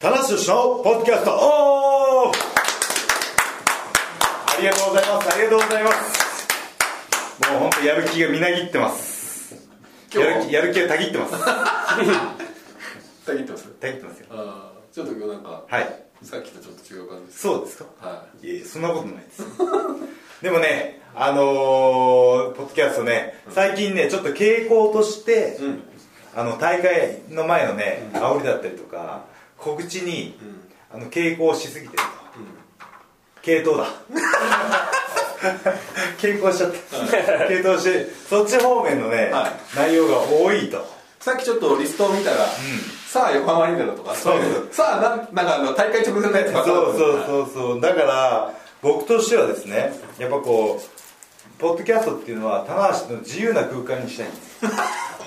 ッシュのポッドキャストオフありがとうございますありがとうございますもう本当やる気がみなぎってます今日やる気やる気がたぎってますたぎってますたぎってますよああちょっと今日なんかはいさっきとちょっと違う感じですそうですかはいえいえそんなことないです でもねあのー、ポッドキャストね最近ねちょっと傾向として、いうんあの大会の前のね煽りだったりとか小口にうんあの傾向しすぎてると系統 だ傾向しちゃった傾倒してそっち方面のね、は内容が多いとさっきちょっとリストを見たら、さあ横浜アリーナだとかそうさあなんなんかあの大会直前のやつそがうそうそうそうだから僕としてはですねやっぱこうポッドキャストっていうのは棚橋の自由な空間にしたいんです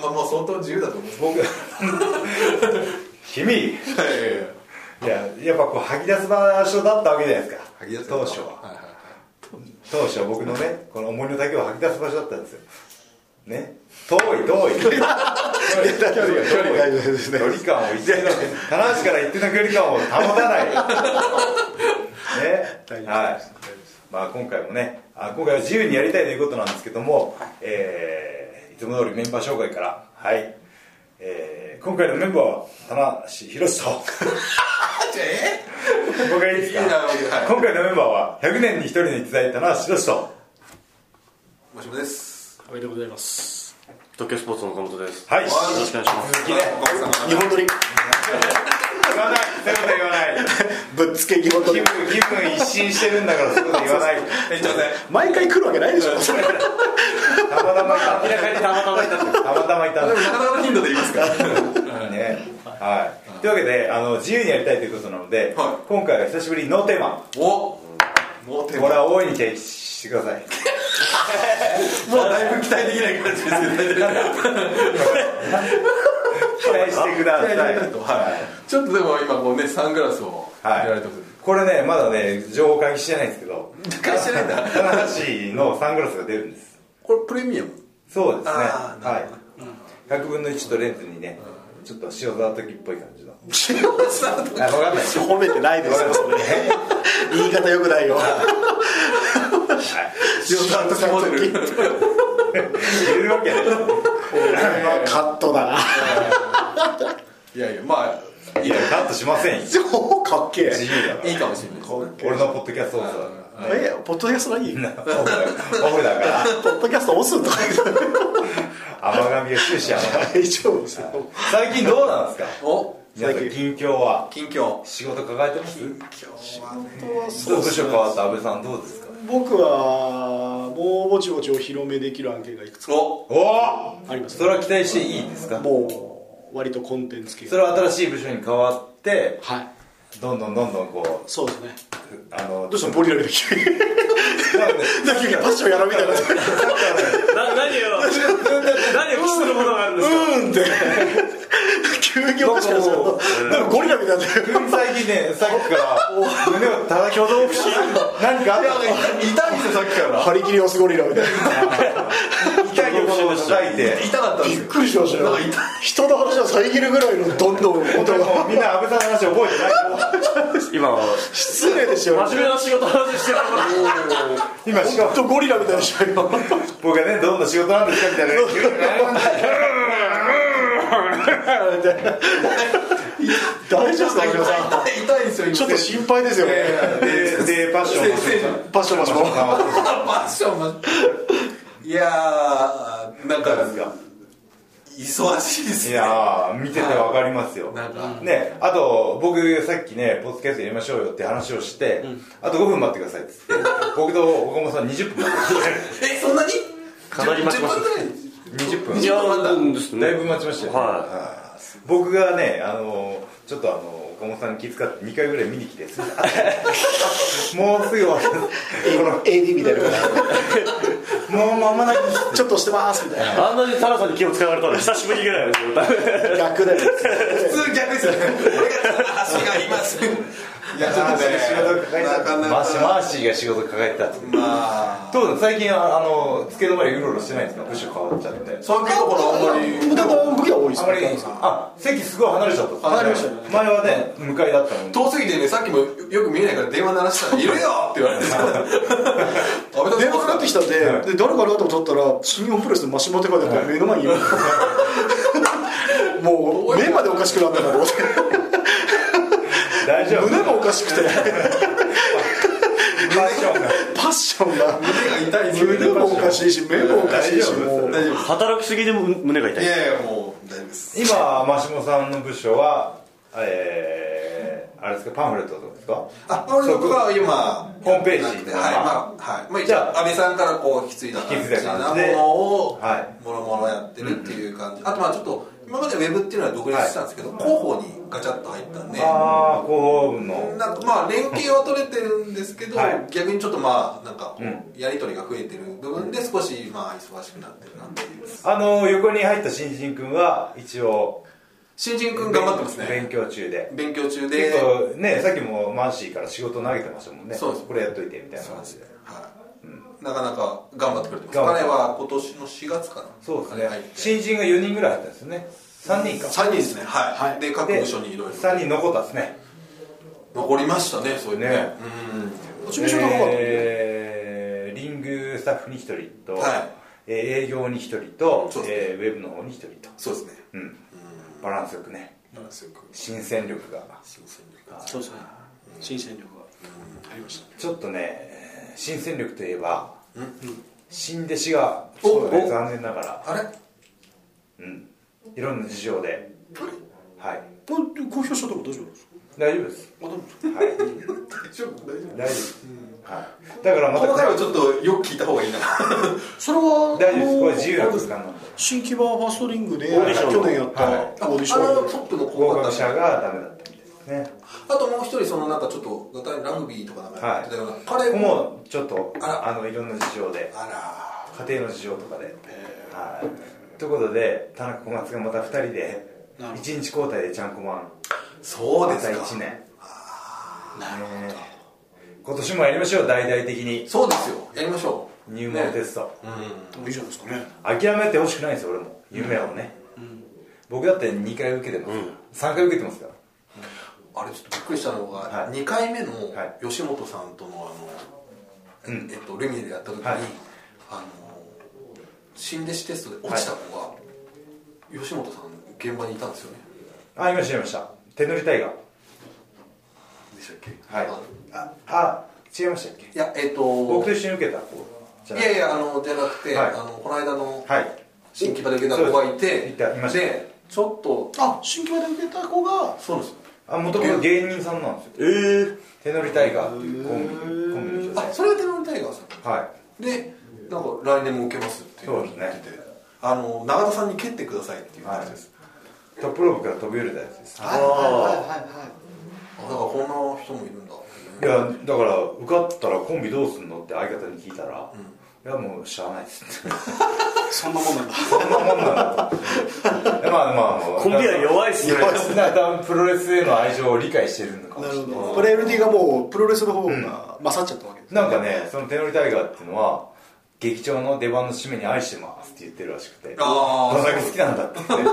まあもう相当自由だと思う僕君いいやいやいやややっぱこう吐き出す場所だったわけじゃないですか当初ははいはいはい当初は僕のねこの重りの丈を吐き出す場所だったんですよね遠い遠い距離が距離が距離感を一定の棚橋から一定の距離感を保たないねはいまあ今回もねあ今回は自由にやりたいということなんですけども、えーいつも通りメンバー紹介からはい、えー今回のメンバーは棚橋宏さんあじゃあえ僕がいいですかいいなはい今回のメンバーは100年に一人に伝えた棚橋宏ともしもですおめでとうございます東京スポーツの岡本ですはいよろしくお願いしますきねお母様日本撮り言わないそういうこと言わないぶっつけ日本気撮り分気分一新してるんだからそういうこと言わない延長戦毎回来るわけないでしょたまたまいた明らかにたまたまいたってたまたまいたんでだもなかなかの頻度で言いますから ねはいというわけであの自由にやりたいということなので、は今回は久しぶりにノーテーマおもう手これもは大いに提起してくださいうだいぶ期待できない感じですけど期待してくださいはいちょっとでも今こうねサングラスをはやられてますいこれねまだね情報開示してないんですけど開示してないんだ棚橋のサングラスが出るんですこれプレミアムそうですねあーなるほはい100分の1とレンズにねちょっと塩沢時っぽい感じのはあ分かんない褒めてないですよそれ言い方よくないよとかモデル入れるわけないカットだないやいやまあいいいやカットしませんよ超かっけ自え由だからいいかもしれないですね俺のポッドキャ ストオフだかえポッドキャスト何ポらオフだよオフだからッドキャスト押すとか甘噛みが終始甘噛み大丈夫ですよ最近どうなんですかお皆さん近況は近況仕事抱えてます今日はねどう部署変わった安倍さんどうですか僕はもうぼちぼちお披露目できる案件がいくつかおおありおますそれは期待していいですかもう割とコンテンツ系それは新しい部署に変わってはいどんどんどんどんこそうですねうあのどうしたのボリラルで急に なんか急にパッションやらみたいなな何を何を期するものがあるんですかうんって急におかしくなっちゃうなんかゴリラみたいになってる最近ねさっきから胸を叩き落とし何かあったの痛いですよさっきから張り切りオスゴリラみたいな痛いところを叩いて痛かったんでびすっよくりしましたよ人の話を遮るぐらいのどんどん音でがもみんな安倍さんの話覚えてない今は失礼ですよ真面目な仕事の話してるのか今しかもとゴリラみたいな人が今僕がねどんな仕事なんですかみたいな痛大丈夫ですか皆さんい痛いですよ今ちょっと心配ですよねででパッションもしてたパッションパッションパッションもいやーなんか忙しいですいねやー見ててわかりますよなんかねあと僕さっきねポッドキャストやりましょうよって話をしてあと5分待ってくださいっつって僕と岡本さん20分待えそんなにかなり待ちましたって20分いやなんですねだいぶ待ちましたよ、ねはいい僕がねあのちょっとあの岡本さんに気遣って2回ぐらい見に来てすいませんもうすぐ終わるこの AD みたいなもう間もなくちょっとしてますみたいなあんなにタラさんに気を使われたの久しぶりぐらいですよ逆だよ普通逆ですよね俺が足がいますいやちょっとね仕事抱えなちゃったかなかマーシーマーシーが仕事抱えてたってまあどうだ最近ああのつけ止まりうろうろしてないんですか部署変わっちゃってそういうところあんまり無駄な動きが多いですあんまりねあ席すごい離れちゃった離れましたね前はね向かいだったのに遠すぎてねさっきもよく見えないから電話鳴らしたら「いる よ!」って言われて電話かかってきたんではいで誰かなと思ったら新日本プロレスのマシモテカで目の前に いるもう目までおかしくなったんだろう大丈夫胸もおかしくてパッションがパッションが胸が痛いですよね胸もおかしいし目もおかしいし大丈夫もう大丈夫働きすぎでむ胸が痛いいやいやもう大丈夫です今マシモさんの部署はえー、あれですかパンフレットとかですかあ俺の僕は今ホームページではいまあはいまあじ一ゃ応安倍さんからこう引き継いだ感引きじ継いだな感じもでのをはもろもろやってるっていう感じあとまあちょっと今までウェブっていうのは独立してたんですけど広報にガチャッと入ったんでああ広報部のなんかまあ連携は取れてるんですけどはい逆にちょっとまあなんかこうやり取りが増えてる部分で少しまあ忙しくなってるなっていうあの横に入った新人君は一応新人君頑張ってます勉ね強中で勉強中で結構ねさっきもマーシーから仕事投げてましたもんねそうですこれやっといてみたいなそう感でじすでねはいなかなか頑張ってくれてます頑張って彼は今年の4月かなそうです入っねて新人が4人ぐらい入ったんですよね3人か3人ですねはい、で各部署にいろいろ3人残ったですね残りましたねそういうねね事務所の方がえーリングスタッフに1人と、はいえー営業に1人と、そうですねえーウェブの方に1人と、そうですねうん、バランスよくねバランスよく新鮮力が新鮮力そうですね新鮮力がありましたちょっとねえー新鮮力といえば、新弟子がおそうねお残念ながら、あれうん、いろんな事情ではいなんで公表したとこ大丈夫なんですか大丈夫ですあどうもはい大丈夫大大丈丈夫です、はい、だからま夫このた回はちょっとよく聞いた方が いいなそれ大丈は夫ですこれ自由なあの空間なんで新規版ファーストリングでオーディションの去年やっはいたオーディシあのョントップの子合だ格った者がダメだったみたいですねあともう一人そのなんかちょっとガタイラグビーとかなんかやってたような、こ彼こももちょっとあらあのいろんな事情であ家庭の事情とかで、はいということで田中小松がまた2人で一日交代でちゃんこマンらそうまですたか1年ねえ今年もやりましょう大々的にそうですよやりましょう入門テねスト、でもいいじゃないですかね諦めてほしくないんですよ俺も夢をね、僕だって2回受けてますから、3回受けてますからあれちょっとびっくりしたのはが、い二2回目のはい吉本さんとのあの、えっと、ルミネでやった時に、はいあの新弟子テストで落ちた子が、吉本さん現場にいたんですよねあいましたいました手乗りたいがでしたっけはいあああ違いましたっけいやえっと僕と一緒に受けた子じゃいなくやいやあのじゃなくて、はいあのこの間のはい新規場で受けた子がいていたいましたでちょっとあ新規版で受けた子がそうなんですよあ元々芸人さんなんですよえー、手乗りタイガーっていうコンビコンビの人あでそれはテロンタイガーさんはでなんか来年も受けますっていうのを聞いてて、そうですねあの永田さんに蹴ってくださいっていう感じです、いトップロープから飛び降りたやつですはいはいはいはいあだからこんな人もいるんだいやだから受かったらコンビどうすんのって相方に聞いたら、いやもうしゃあないですって そんなもんなんだそんなもんなんだいやまあまあまあコンビは弱い っすね弱いっすね多分プロレスへの愛情を理解してるのかもなしれるほないどこれ LD がもうプロレスの方が勝っちゃったわけですなんかねその手乗りタイガーっていうのは劇場の出番の締めに愛してますって言ってるらしくてあーどんだけ好きなんだって言って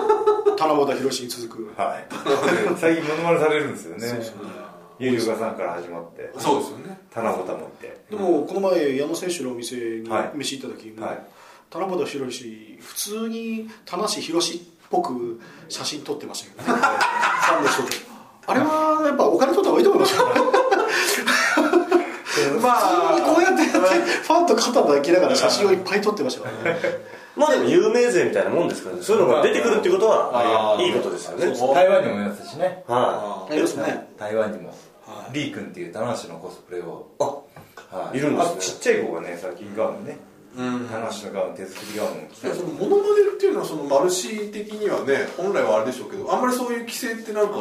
七夕広志に続く はい、最近モノマネされるんですよねゆりおかさんから始まってそうですよね七夕もってでもこの前矢野選手のお店にはい飯行った時もはい七夕広志普通に田無広志っぽく写真撮ってましたけどねサンドショーであれはやっぱお金取った方がいいと思いますよま普通にこうやってやってファンと肩抱きながら写真をいっぱい撮ってましたからねまあでも有名勢みたいなもんですからねそういうのが出てくるってことはあーいいことですよねそうそう台湾にもいますしねはあありますね台湾にも、リー君っていう田無のコスプレをあ、はいいるんですねあちっちゃい子がね最近ガウンねうん田無のガウン手作りガウンを着いてやそのモノマネっていうのはそのマルシー的にはね本来はあれでしょうけどあんまりそういう規制ってなんか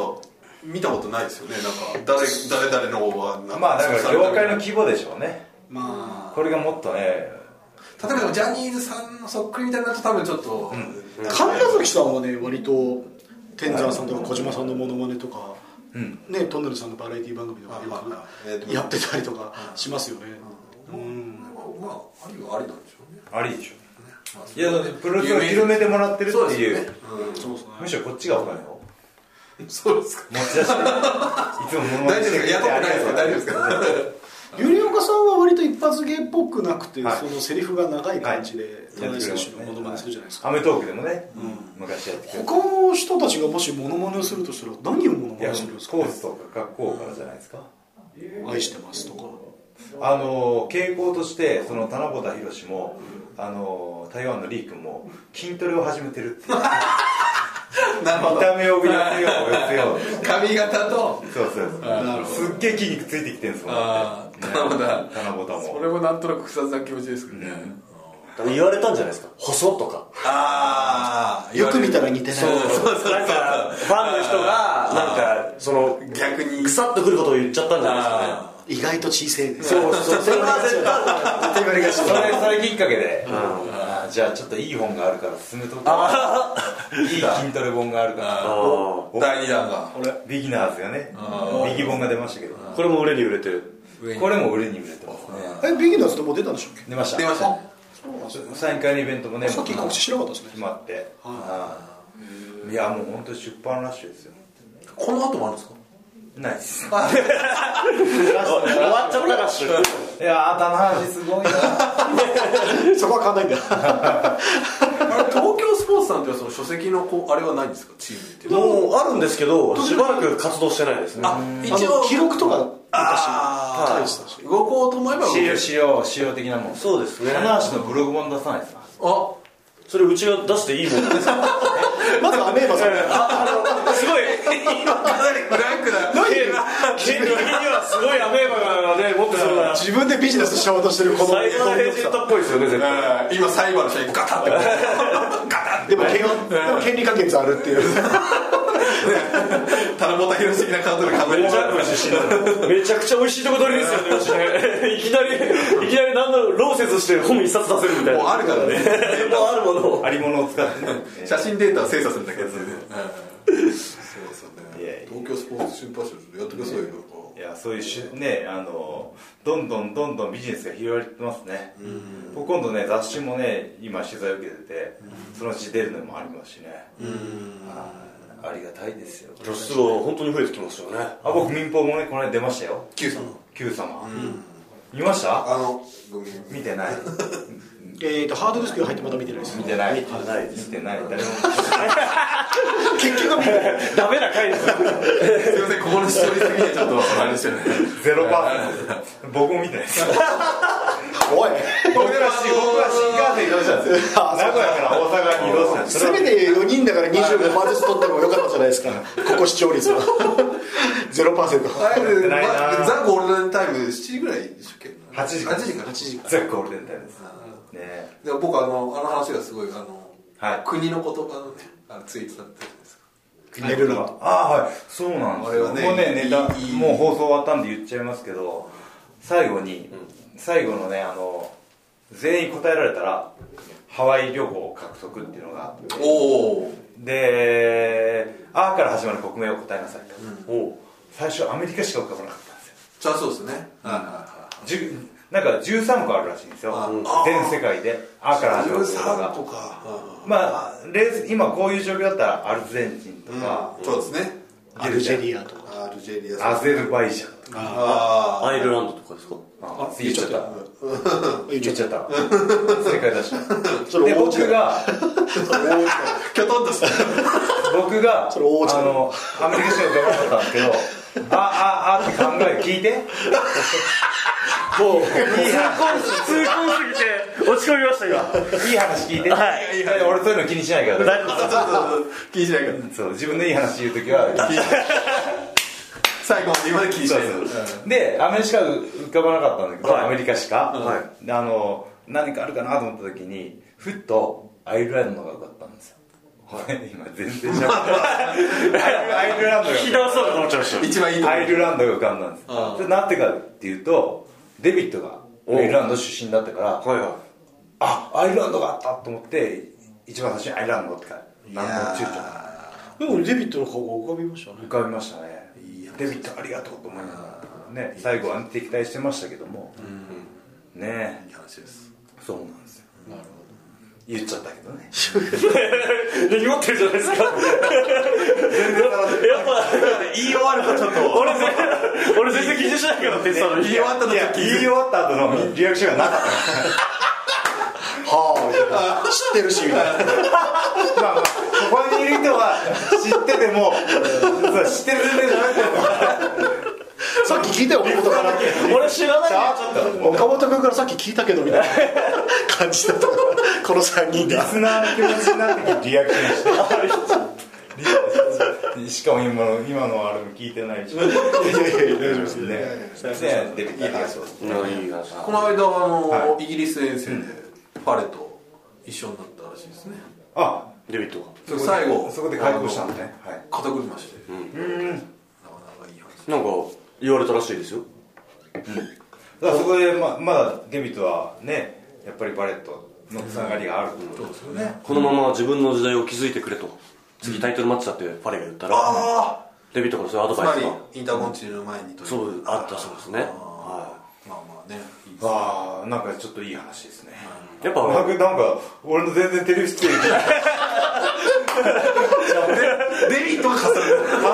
見たことないですよねなんか誰誰々の方がなんかまあだから業界の例規模でしょうねまこれがもっとねえばでもジャニーズさんのそっくりみたいになると多分ちょっと、あ神田崎さんはね割と天山さんとか小島さんのモノマネとかうんね、トンネルさんのバラエティ番組とかあまあえーよくとやってたりとかしますよね、うんまあありはありなんでしょうねありでしょまあいやだってプロレスを広めてもらってるってそうですいようねそうですねむしろこっちがお金をうんそうですか持ち出していつも物大丈夫ですか雇ってないですか大丈夫ですかゆりおかさんは割と一発芸っぽくなくて、はいそのセリフが長い感じで、や田って中くれま選す手ねのものまねするじゃないですか、アメトークでもね昔やってくれた他の人たちがもしモノマネをするとしたら何をモノいマやネスするんですかポーツとか学校からじゃないですか愛してますとかあの傾向としてその棚本宏もあの台湾のリー君も筋トレを始めてる っていうなるほ見どた目を見らせよう寄せよう髪型とそうそう そうすっげえ筋肉ついてきてるんですもんあーね棚本だ棚本そもれもなんとなく複雑な気持ちですけどね言われたんじゃないですか細とかああよく見たら似てないそうそうなんかファンの人がなんかその逆にくさっとくることを言っちゃったんじゃないあ意外と小さいですですかねそうそうそれは絶対それそれきっかけであーじゃあちょっといい本があるから進むとかいい筋トレ本があるからあー第二弾がビギナーズがねビギ本が出ましたけどーこれも売れに売れてるこれも売れに売れてますねえビギナーズってもう出たんでしたっけ出ました出ましたねそうなんですよサイン会のイベントもねさっき告知しなかったですね決まって、はい、いやもう本当に出版ラッシュですよこの後もあるんですかないです 終わっちゃったらしいいやー棚橋すごい なそこは変わんないんだあれ東京スポーツさんっていうのはその書籍のこうあれはないんですかチームっていうのはもうあるんですけどしばらく活動してないですねああの記録とかあ昔書いてたしー動こうと思えば動資け料る資料資料的なもんそうですね棚橋のブログ本出さないですかあそれうちが出していいもんですかまずアメーバさんすごいかなりブラックだ権利的にはすごいアメーバがね持ってそうな自分でビジネスしようとしてるこの最高のエージェントっぽいですよね絶対うん今サイバーの人にガタッてこうガタッでも権でも権利関係あるっていうて田中宏的な感じで考えめてちゃくちゃめちゃくちゃ美味しいとこ取りですよねうちねいきなりいきなり何のローセスして本一冊出せるみたいなもうあるからねもうあるものをありものを使ってね写真データは精査するだけですよねうんそうですよいやいねや東京スポーツ新報社でやってくださいよいやそういうしねあのどんどんどんどんビジネスが広がってますね僕今度ね雑誌もね今取材受けててそのうち出るのもありますしねはいありがたいですよ露出が本当に増えてきますよねあ僕民放もねこの間出ましたよ Q さんの Q 様見ましたあのごめん見てない えっとハードディスクが入ってまだ見てないです見てない見てない見てない誰も見てない結局見てないダメな回ですよすいませんここの視聴率的にはちょっとあれでしたねゼロパーセント僕も見てないですおい 僕らし僕ら新幹線移動したんですよ名古屋から大阪に移動したんですせめて4人だから25万ずつ取ってもよかったじゃないですかここ視聴 率は 0%8 あれでないなザ・ゴールデンタイム7時ぐらいでしたっけ8時8時から時ザ・ゴールデンタイムですねえでも僕あのあの話がすごいあの、はい国の言葉のねあのツイートされてるんですか寝るのああはいそうなんですよあれはねもうねネタいいもう放送終わったんで言っちゃいますけど最後に最後のねあの全員答えられたらハワイ旅行獲得っていうのがあっておおで「あ」から始まる国名を答えなさいと、おう最初アメリカしか浮かばなかったんですよじゃあそうですね、はいはいはじゅなんか13個あるらしいんですよあ全世界で「あ」からい始まる言葉13が個か、まあレース今こういう状況だったらアルゼンチンとか、そうですねアルジェリアとかアルジェリアアゼルバイジャンとかあアイルランドとかですかあ言っちゃった言っ言っちちゃゃっったた 正解出したそれで大違い僕があきょとんとした僕がそれ大違いあのアメリカしか浮かばなかったんですけど「あああ」って考え聞いてもう痛恨痛恨すぎて落ち込みました今いい話聞いて、はいいやいや俺そういうの気にしないから大丈夫ちょっと気にしないからそう自分のいい話言う時は最後まで今まで気にしそなういからそうでアメリカしか浮かばなかったんだけど、はいアメリカしか、はであの何かあるかなと思った時にふっとアイルランドが浮かったんですよ、 今全然しゃべアイルランドが聞き直そうかと思っちゃいました一番いいとこアイルランドが浮かんだんですああそれなんてかっていうとデビットがおうアイルランド出身だったからはいはあアイルランドがあったと思って一番最初にアイルランドってかなんと躊躇なくでもデビットの顔が浮かびましたね浮かびましたねいい話デビットありがとうと思いながらね最後は安定期待してましたけどもねいい話ですそうなんですよ言っちゃったけどねで濁ってるじゃないですかやっぱ言い終わるとちょっと俺全然俺全然緊張しないからって言ってたのに言い終わったいや時言い終わった後のリアクションがなかっは あ知ってるしみたいなたまあまあここにいる人は知っててもそう知ってるレベルじゃなくてもさっき聞いたよ岡本から俺知らないよちょっと岡本君からさっき聞いたけどみたいな 感じだったこの3人でリスナーの気持ちになってきてリアクションしてリアしかも今の今のあれも聞いてないしねねデビットありがとうこの間あの、はイギリス遠征でパレと一緒になったらしいですねあデビットがそこで最後そこで解放したのねはい肩車してうんなかなかいい話なんか言われたらしいですよだからそこでままだデビットはねやっぱりバレットのつながりがあるってことですよねこのまま自分の時代を築いてくれと次タイトルマッチだってパレが言ったらあデビットからそういうアドあつバまイスがりインターコンチネル前にというそうあったそうですねあーまあまあねいいですああなんかちょっといい話ですねやっなんかぱなんか俺の全然テレビ出演完デビットが勝った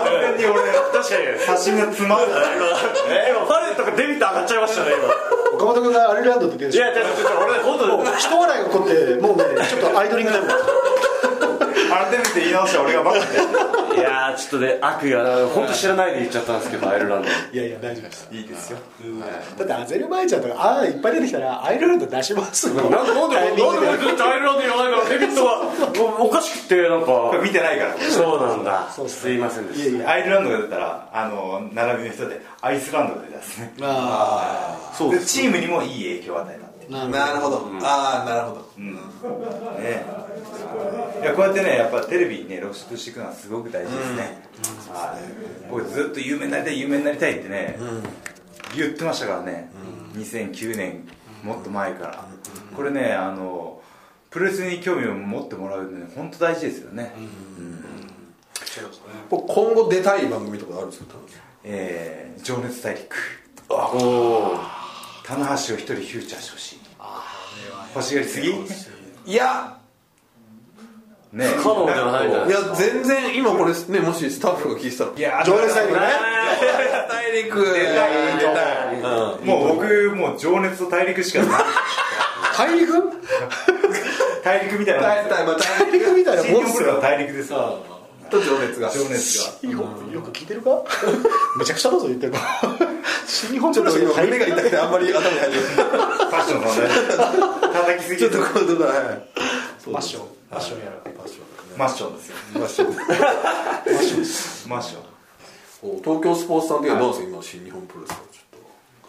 全に俺確かに写真が詰まってない今パレとかデビット上がっちゃいましたね岡本君がアイルランドって出る 今いしや違う違う違う俺本当に人笑いが起こってもうねちょっとアイドリングだもん改めて言い直した俺がバカでいやーちょっとね悪意が本当知らないで言っちゃったんですけどアイルランドいやいや大丈夫ですいいですよだってアゼルバイジャンとかああいっぱい出てきたらアイルランド出しますもんなんでなんでタイミングでなんでずっとアイルランド言わないからデビットはもうおかしくてなんこれか見てないからそうなんだそうっすすいませんでいしやいやアイルランドが出たらあの並びの人でアイスランドが出たんですねあたそうでですチームにもいい影響を与えたっていうねななるほるほど、ああなるほど、いやこうやってねやっぱテレビにね露出していくのはすごく大事ですね、はい僕ずっと有名になりたい有名になりたいってね、言ってましたからね、2009年もっと前から、これねあのプロレスに興味を持ってもらうのね本当大事ですよね、これ今後出たい番組とかあるんですかえー情熱大陸おお棚橋を一人フューチャーしてほしい欲しがりすぎいやね不可能ではないんじゃないいや全然今これねもしスタッフが聞いてたらいやど情熱大陸ね大陸出たい出たい、うんもう僕もう情熱と大陸しかない大陸大陸みたいな大体まあ大大陸みたいな新日もんっ本プすロレスはよ大陸ですよ陸と情熱が情熱が日本よく聞いてるかめちゃくちゃだぞ言って るか新日本ちプょっロレとスの今大胸陸が痛くてあんまり頭に入ってないファッションの問題叩きすぎちょてっとこのどだはいファッションファッションやらマッションですよマッシュマッション東京スポーツさん的にはどうですか今の新日本プロレスはちょっ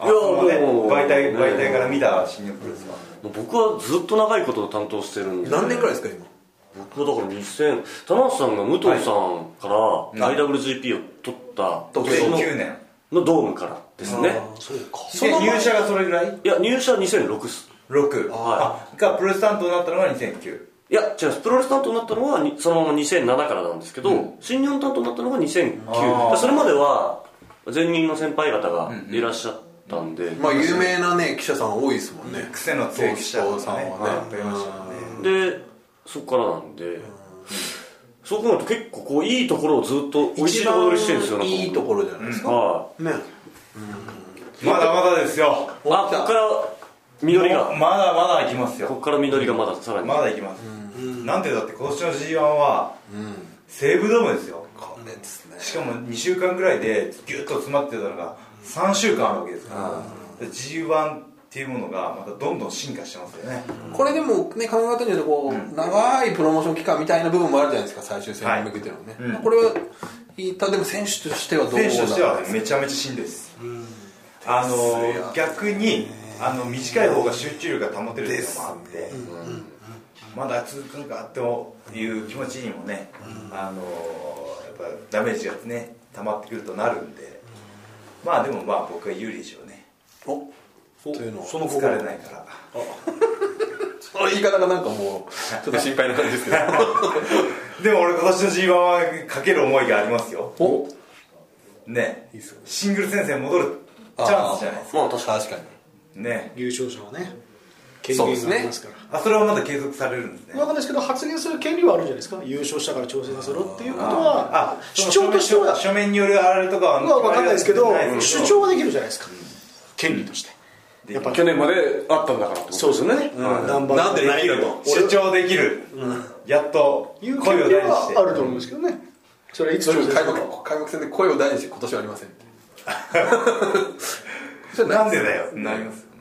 あいやそのねでも媒体ね媒体から見た新日本プロレスはもう僕はずっと長いことを担当してるんでと何年くらいですか今僕はだから2000玉橋さんが武藤さんから IWGP を取った年の2009年のドームからですねそうかで入社がそれぐらいいや入社は2006っす6はあがプロレス担当になったのが2009いや違いますプロレス担当になったのはにそのまま2007からなんですけど、新日本担当になったのが2009あーでそれまでは前任の先輩方がいらっしゃったんで、まあ有名なね記者さん多いですもんね癖の強い記者東京とさんかねはねやっぱいましたよねでそこからなんで、そう考えると結構こういいところをずっと美味しいところ取りしてるんですよねいいところじゃないですか、はいねまだまだですよあここから緑がまだまだ行きますここよから緑がまださらに、まだ行きますなんてだって今年の G1 は西武ドームですよこれですねしかも2週間ぐらいでギュッと詰まってたのが3週間あるわけですから、G1 っていうものがまたどんどん進化してますよね、これでもね考え方によってこう、長いプロモーション期間みたいな部分もあるじゃないですか最終戦に向けてのね、はいうんこれはいいたでも選手としてはどうだ選手としてはめちゃめちゃしんどいです、あですよの逆にあの短い方が集中力が保てるっていうのもあって、まだ続くんかという気持ちにもね、あのやっぱダメージがね溜まってくるとなるんでまあでもまあ僕は有利でしょうねおというのはその疲れないからその言い方がなんかもうちょっと心配な感じですけどでも俺今年の G1 はかける思いがありますよおねいいっすよねシングル戦線戻るチャンスじゃないですかまあ確かに確かにね優勝者はね権限がありますかあらそれはまだ継続されるんですねわかんないですけど発言する権利はあるんじゃないですか優勝したから挑戦させろっていうことは主その張としては書面書面によるあれとかはまあわかんないですけど主張ははできるじゃないですか権利としてやっぱ去年まであったんだからってことそうですよねなんなんでないよと主張できるやっという権声を利大にしてはあると思うんですけどねそれはいつそれ挑より戦開するか幕開幕戦で声を大にして今年はありませんそれなんででだよってなりますよね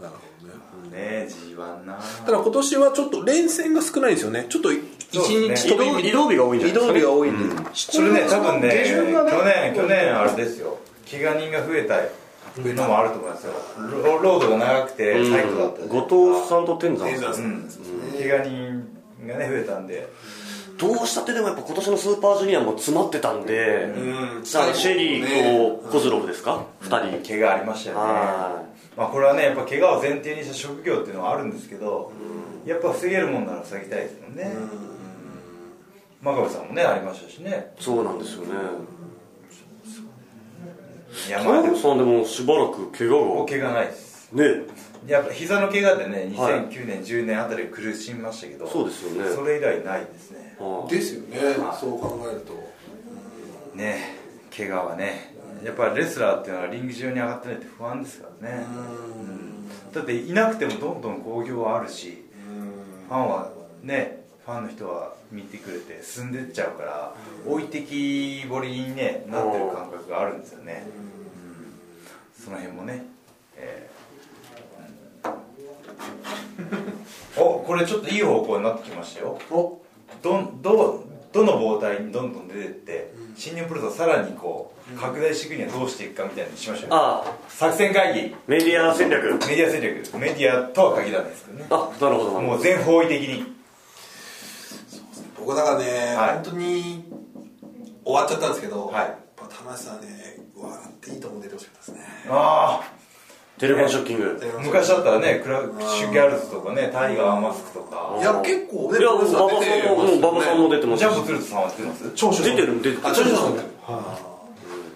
なるほどねね G1 なただ今年はちょっと連戦が少ないんですよねちょっと一そうで日す飛ねび移動移動日が多いんじゃ移ないです動か、ね、日が多いんで、それね多分ね下去旬がね年去年あれですよ怪我人が増えたのもあると思いますよロロードが長くてタイトだったじゃないですか後藤さんと天山さんうん怪我人がね増えたんでどうしたってでもやっぱ今年のスーパージュニアも詰まってたんで、んさあシェリーとコズロフですか、二2人怪我ありましたよねはまあこれはねやっぱ怪我を前提にした職業っていうのはあるんですけどやっぱ防げるもんなら防ぎたいですもんね真壁さんもねありましたしねいそうなんですよね山天で山もさんでもしばらく怪我おが怪我ないですねやっぱ膝の怪我でねはい2009年10年あたり苦しみましたけどそうですよねそれ以来ないですねはいですよねそう考えるとね怪我はねやっぱりレスラーっていうのはリング上に上がってないって不安ですからねうんだっていなくてもどんどん興行はあるしファンはねファンの人は見てくれて進んでっちゃうから置いてきぼりに、ね、なってる感覚があるんですよねうんその辺もね、えーうんおこれちょっといい方向になってきましたよおどんどうどの膨大にどんどん出てって新日本プロレスをさらにこう拡大していくにはどうしていくかみたいなのにしましょうよああ作戦会議メディア戦略メディア戦略メディアとは限らないですけどねあなるほどなるもほう全方位的に僕だからね、はい本当に終わっちゃったんですけど、はいやっぱ田中さんね笑っていいと思う出てほしかったですねあどテレフォンショッキング、あ昔だったらねクラッシュギャルズとかねタイガーマスクとうかんいや結構ねいや馬プロレス場さんはも出てますよもうね馬場さんも出てますジャンプ鶴田さんは出てます長所出てる出てるあちょちょちょやっは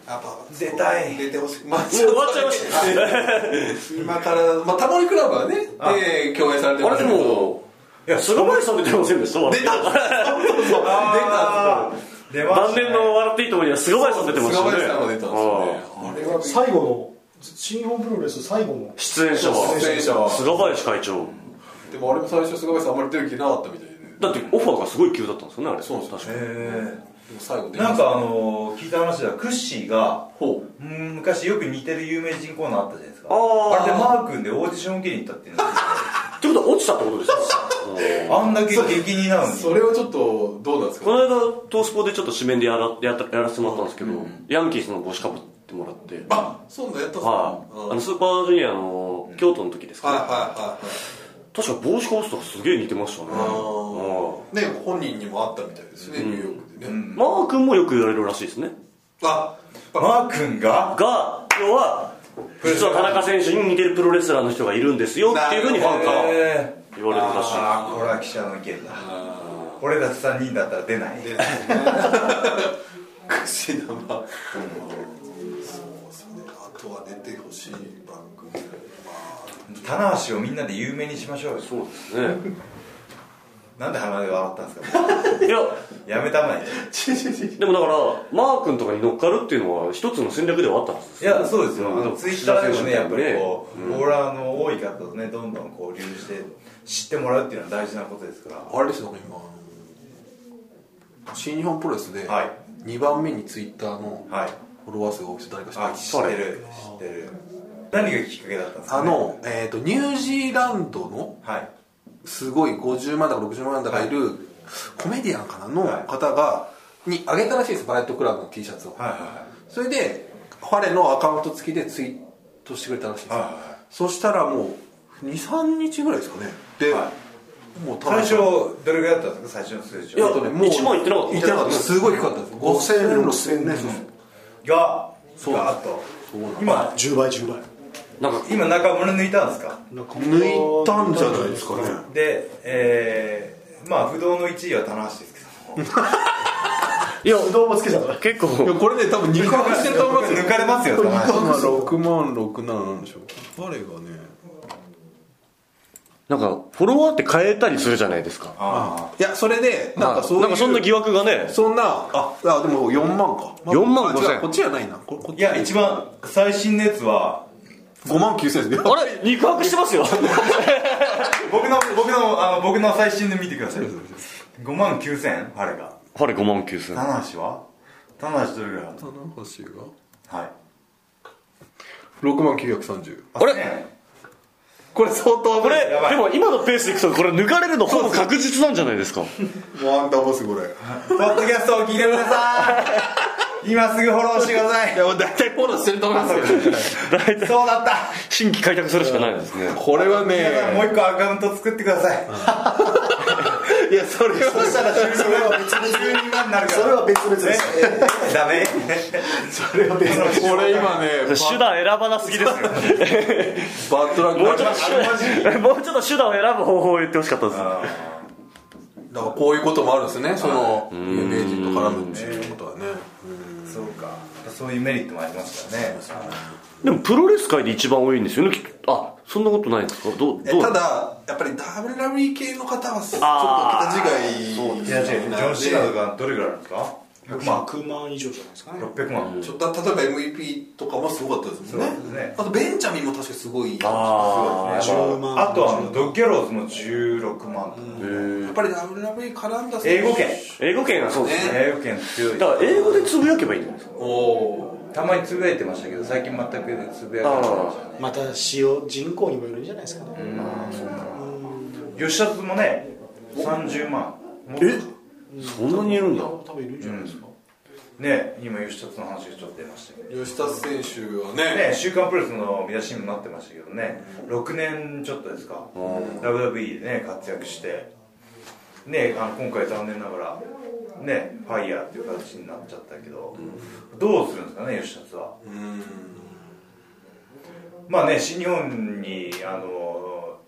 ぱ出たい出てほしい、まあ、もう終わっちゃいました 今から、まあ、タモリクラブはねあで共演されてあまれすでけどもいや菅林さん出てませんでした出たそうそうあ出たー出ました晩ね年の笑っていいと思いには菅林さん出てましたよね菅林さんも出たんですよねあれい最後の新日本プロレス最後の出演者は出演者はは菅林会長でもあれも最初菅林さんあんまり出る気なかったみたいでだってオファーがすごい急だったんですよねあれそうそう確かにえでも最後ー出まなしんたかあのー聞いた話ではクッシーがほううん昔よく似てる有名人コーナーあったじゃないですかあーあれでマー君でオーディション受けに行ったっていうのがってことは落ちたってことですようんあんだけ激似なのにそれはちょっとどうなんですこかの間東スポでちょっと紙面でやらやったやらせてもらったんですけど、ヤンキースの帽子かぶってもらってあそうなんやったっすねはい、うんあのスーパージュニアの京都の時ですか、はいねはいはいはい確か帽子かぶってたらすげえ似てましたねあうんーね本人にもあったみたいですね、ニューヨークでね、マー君もよく言われるらしいですねあマー君がが要は実は田中選手に似てるプロレスラーの人がいるんですよっていうふうにファンからえ言われるらしいですああこれは記者の意見だ俺たち3人だったら出ないで串生、うん、そうですねあとは出てほしい番組ま棚橋をみんなで有名にしましょうよそうですねなんで鼻で笑ったんですか いややめたまえでもだからマー君とかに乗っかるっていうのは一つの戦略ではあったはずですいやそうですよ、うんあのツイッターでもねやっぱりこう、うんオーラの多い方とねどんどんこう流入して知ってもらうっていうのは大事なことですからああれですよね今あの新日本プロレスではい2番目にツイッターのはいフォロワー数が多くて誰か知ってあます知ってる知ってる何がきっかけだったんですか、あね、の、えっ、と、ニュージーランドの、はいすごい50万だか60万だかいる、コメディアンかなのはい方が、にあげたらしいです、バレットクラブの T シャツを。はいはそれで、ファレのアカウント付きでツイートしてくれたらしいです。はいはいはいそしたらもう、2、3日ぐらいですかね。で、はもうい最初どれぐらいだったんですか最初の数字いやはとねもう1万いってなかったいってなかったすごい低かったです。5000、6000ね。がそうガーッとそうなん今10倍10倍なんか今中村抜いたんですか抜いたんじゃないですかね。でえー、まあ不動の1位は棚橋ですけどもいや不動もつけちゃった結構いやこれね多分肉薄してると思いますよ抜かれますよこれ玉橋肉薄6万6万なんでしょう誰がねなんかフォロワーって変えたりするじゃないですかあいやそれでなんかそういうなんかそんな疑惑がねそんなああでも4万か4万5千あ違うこっちはないなここっあちいや一番最新のやつは5万9千円ですねあれ肉薄して ますよ僕の僕のあの僕の最新で見てください5万9000あれがあれ5万9千棚橋は棚橋どれぐらいあるの棚橋がはい6万930あれねこれ相当ここれやばいでも今のペースでいくとこれ抜かれるのほぼ確実なんじゃないですかワンダーボスこれポッドキャストを聞いてください今すぐフォローしてくださいやもう大体フォローしてると思いますよ大体そうだった新規開拓するしかないですねこれは皆さんもねう一個アカウント作ってくださいいやそれそはしたら収入が別々になるからそれは別々ですえダメそれは別々これ今ね 手段選ばなすぎですよババッドラックだもうちょっと手段 もうちょっと手段を選ぶ方法を言ってほしかったですだからこういうこともあるんですねその有名人と絡むっていうことはねそうかそういうメリットもありますからねでもプロレス界で一番多いんですよねきっとあそんなことないんですかどうえどうただやっぱり WWE 系の方はちょっあとい桁や違う違いジなョのン・シーナとかどれぐらいあるんですか100万100万以上じゃないですかね600万ちょっと例えば MVP とかもすごかったですもんそうですねねあとベンチャミンも確かすごいあ10万とはあのドッキャローズも16万とかやっぱり WWE 絡んだ英語圏英語圏はそうですね英語圏強いだから英語でつぶやけばいいんじゃないですかおおたまにつぶやいてましたけど最近全くつぶやいてましたねまた使用人口にもよるんじゃないですかね吉田もね30万そんなにいるんだ多分いるんじゃないですかね今吉田の話がちょっと出ましたけど吉田選手はねね、週刊プロレスの見出しにもなってましたけどね、6年ちょっとですか、WWE でね、活躍して、ね、あの今回、残念ながら、ね、ファイヤーっていう形になっちゃったけど、どうするんですかね、吉田は。まあね、新日本にあの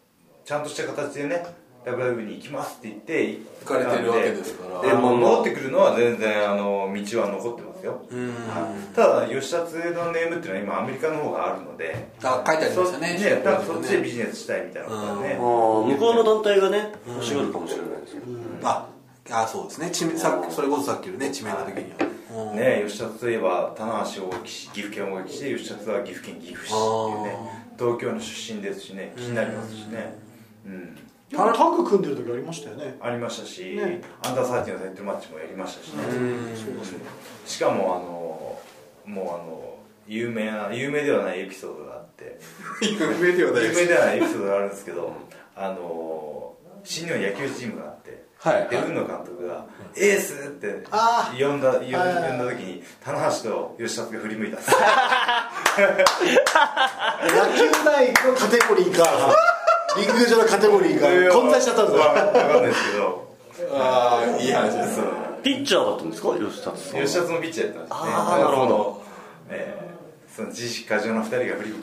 ちゃんとした形でね、WWE に行きますって言って、行かれてるわけですからでもう戻ってくるのは全然あの道は残ってますよ。うんはいただ吉田通のネームっていうのは今アメリカの方があるのであ書いてありそまっしたねね多分そっちでビジネスしたいみたいなことはねああ向こうの団体がね欲しがるかもしれないですよああそうですね知名さっきそれこそさっきのね知名度的にはうんね吉田といえば棚橋大木市岐阜県大木市で吉田津は岐阜県岐阜市っていうね東京の出身ですしね気になりますしねうんでもタッグ組んでる時ありましたよねありましたし、ねアンダーサーティのタイトルマッチもやりましたしねうんしかもあのもうあの有名な有名ではないエピソードがあって有名では有名ではないエピソードがあるんですけどあの新日本野球チームがあってはいはいで海野監督が「エース!」ってあ呼んだ呼ん呼んはいはだい時に棚橋と吉田が振り向いたんです野球内のカテゴリー かリング上のカテゴリーが混在しちゃったんですわよかわかんないですけどああいい話ですそうピッチャーだったんですか吉田さん吉田のピッチャーやったんですねあーなるほそどのえーその自意識過剰な2人が振り向くってね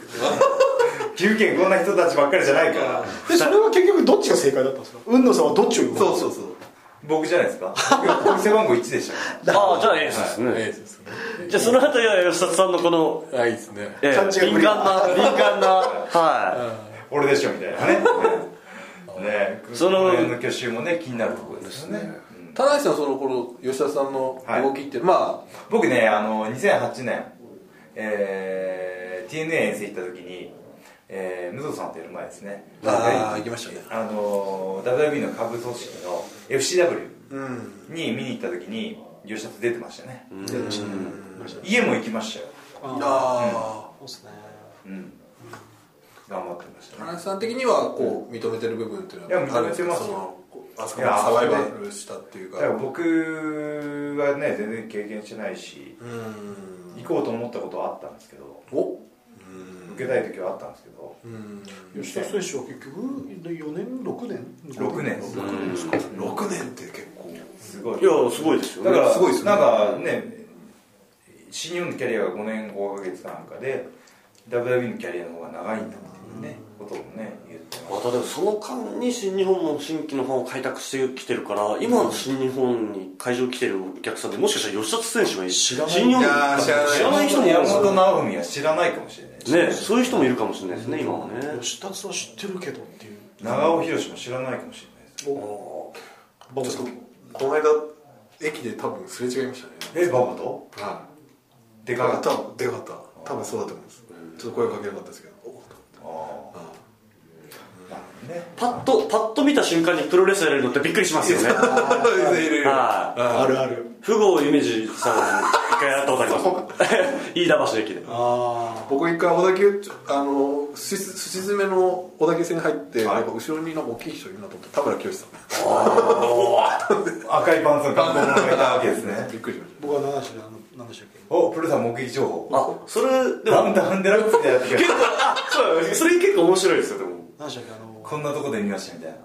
急件こんな人たちばっかりじゃないからでそれは結局どっちが正解だったんですか雲野さんはどっちを言うそうそうそう僕じゃないですか 僕僕背番号1でしたかああじゃあエースですね、ええそうですねじゃあそのあたりは吉田さんのこの、あいいですねええ勘違いぶ敏り感な敏感なはら俺でしょみたいなねねそそのの辺の去就もね気になるところですよね田中さんその頃吉田さんの動きって、まあ僕ねあの2008年、えー TNA 遠征行った時に、えー、武藤さんとやる前ですねああ行きましたねあの WB の下部組織の FCW に見に行った時に吉田と出てましたね、出ましたね家も行きましたよ、あそうですねうん、頑張ってましあた田ね中さん的にはこう認めてる部分っていうのいや認めてますそのあそこいまやでサバイバルしたっていうだかから僕はね全然経験してないしうん行こうと思ったことはあったんですけどお受けたい時はあったんですけどうん吉田選手は結局4年6年6年です六年ですか6年って結構すごいいいやすごいですよだねからすごいですねなんかね新日本のキャリアが5年5ヶ月かなんかで WW のキャリアの方が長いんだっていうねこことをね言ってままたでもその間に新日本も新規のファンを開拓してきてるから今の新日本に会場来てるお客さんでもしかしたら吉田選手が知らない新日本にいやー知らない知すらない人もいるん山です本よ直文は知らないかもしれないしねそういう人もいるかもしれないですね今はね吉田さん知ってるけどっていう長尾博も知らないかもしれないですバブさんこの間駅で多分すれ違いましたねえバブとはでいかかった多分でかかった多分そうだと思うんですちょっと声かけなかったですけどおっああなるほどねパッとパッと見た瞬間にプロレスやれるのってびっくりします よねといるいるはいあるある不合夢二さん一回会ったことあります 飯田橋駅であ僕一回小田急あのすし詰めの小田急線に入って、はいなんか後ろになんか大きい人いるなと思って田村清さん赤いパンツの格好のがいたわけですねびっくりしまし僕は何でした何でしたっけおプルさん目撃情報あそれでダもウンタウンデラックスでやって結る構あそうだそれ結構面白いですよでも何でしたっけあのこんなとこで見ましたみたいな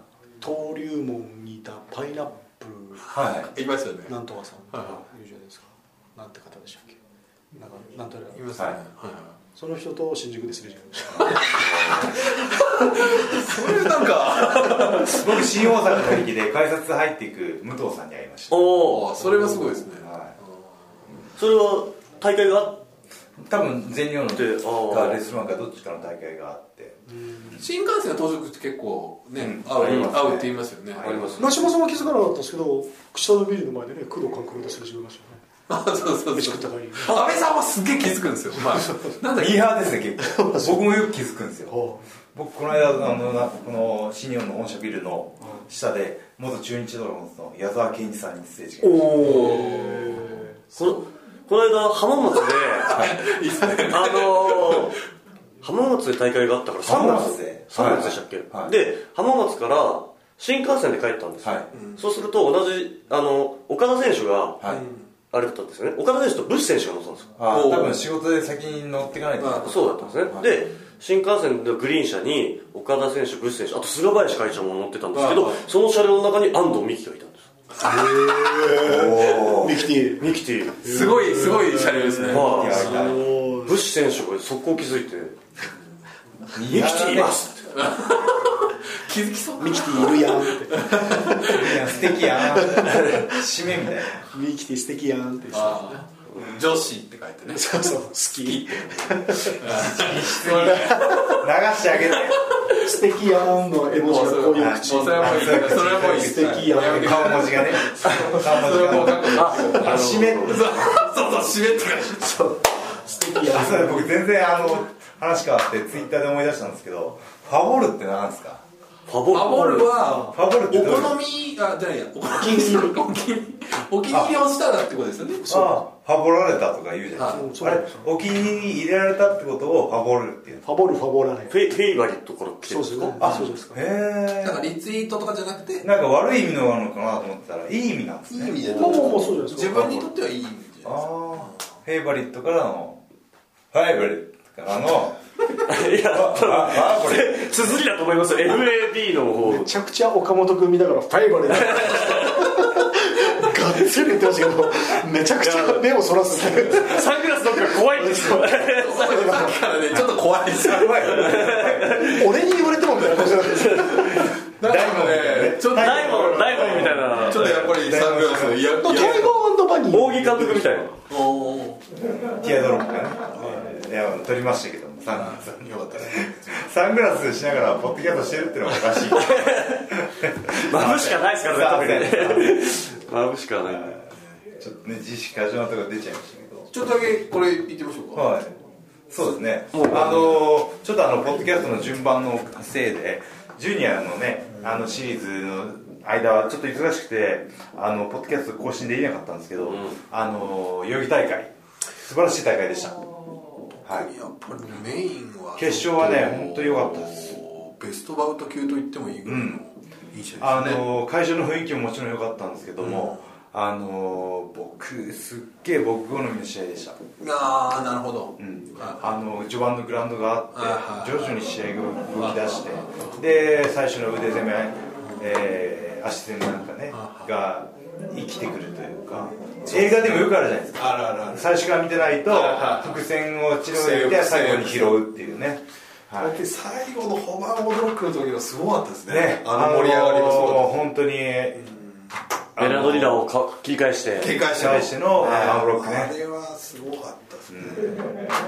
登竜門にいたパイナップはいたいましたよねなんとかさんとはいかはいいうじゃないですかなんて方でしたっけなんかなんとかいましたね、ははいいその人と新宿ですれ違いましたそういうなんか僕新大阪の駅で改札入っていく武藤さんに会いましたおおそれはすごいですねはそれは大会があっい多分全日本のであかーレスマンかどっちかの大会があって新幹線の到着って結構ね、うん合うありますね合うって言いますよね、はいあります長島さんは気づかなかったんですけど口田のビルの前でね工藤官九郎とすれ違いましたよねあ そうそう飯そう食った帰りに安倍さんはすっげえ気づくんですよ、まあ、なんだっミけーハーですね結構僕もよく気づくんですよあ僕この間あのなこの新日本の本社ビルの下で元中日ドラゴンズの矢沢健二さんにステージがおおこのこの間浜松で いいっすねあのー浜松で大会があったから3浜月松で3月でしたっけ、はいで浜松から新幹線で帰ったんですよ、はいそうすると同じあの岡田選手がはいあれだったんですよね岡田選手とブッシュ選手が乗ったんですよあーおー多分仕事で先に乗っていかないとまあそうだったんですね、はいで新幹線のグリーン車に岡田選手、ブッシュ選手あと菅林会長も乗ってたんですけど、はいその車両の中に安藤美希がいたんですおーミキティミキティすごいすごい車両ですね、はいやいやブッシュ選手が速攻気づいて「ミキティいます!」って気づきそうミキティいるやんっていや素敵やな締めみたいなミキティ素敵やんって言ってあー女子って書いてねたそうそう好き流してあげて素敵やんの絵文字がこういう口もうそれはもういいからそれはもういい素敵やんはい顔文字がね顔それはも文う字かっがこいいああ締めそうそう締めって感じ素敵やあそうんだ僕全然あの話変わってツイッターで思い出したんですけどファボルって何ですかファボハモルはファボルっおてどういう好みあじゃないやお気に入りお気に入りお気に入りをしたらってことですよねああファボられたとか言うじゃないはいですそかあうれお気に入れられたってことをファボルって言うんですファボルファボらないフェイフェイバリットから来てそうるですねあそうですかへなんかリツイートとかじゃなくていえなんか悪い意味のなのかなと思ってたらいい意味なんですい意ね味でまあまあまあそうじゃないですか自分にとってはいい意味じあゃないですかあフェイバリットからのファイバリットからのいやああこれ続きだと思いますよ FAB の方めちゃくちゃ岡本君見ながらファイバルだがっつり言ってましたけどめちゃくちゃ目をそらすねサングラスどっか怖いんですよさっきからねちょっと怖いですよ俺に言われてもみたいな感じなんですよなんかね ちょっとダイモンダイモンみたいなちょっとやっぱりサングラスのいやタイガーバニー扇監督みたいなおティアドロップがねいや撮りましたけども3月ーよかったですサングラスしながらポッドキャストしてるってのはおかしい眩しかないですからねすいま眩しかないちょっとね自主過剰なとこ出ちゃいましたけどちょっとだけこれ言ってみましょうかはいそうですねあのちょっとあのポッドキャストの順番のせいでジュニアのねあのシリーズの間はちょっと忙しくてあのポッドキャスト更新できなかったんですけど、あの代々木大会素晴らしい大会でしたはいやっぱりメインは決勝はね本当良かったですベストバウト級と言ってもいいぐらいの印象ですね、あの会場の雰囲気ももちろん良かったんですけども、あの僕すっげえ僕好みの試合でした、ああなるほど、うんああの序盤のグラウンドがあっあて徐々に試合が動き出してで最初の腕攻め、えー足攻めなんかねが生きてくるというか映画でもよくあるじゃないですかあるあるある最初から見てないとはいはい伏線を治療で見て伏線最後に拾うっていうねはいだって最後のホバーオードロックの時のすごかったですねねあの盛り上がりもすごかあのっー本当にベラドリラをか切り返してた警戒して返してのはいワンブロックねあれはすごかったですね、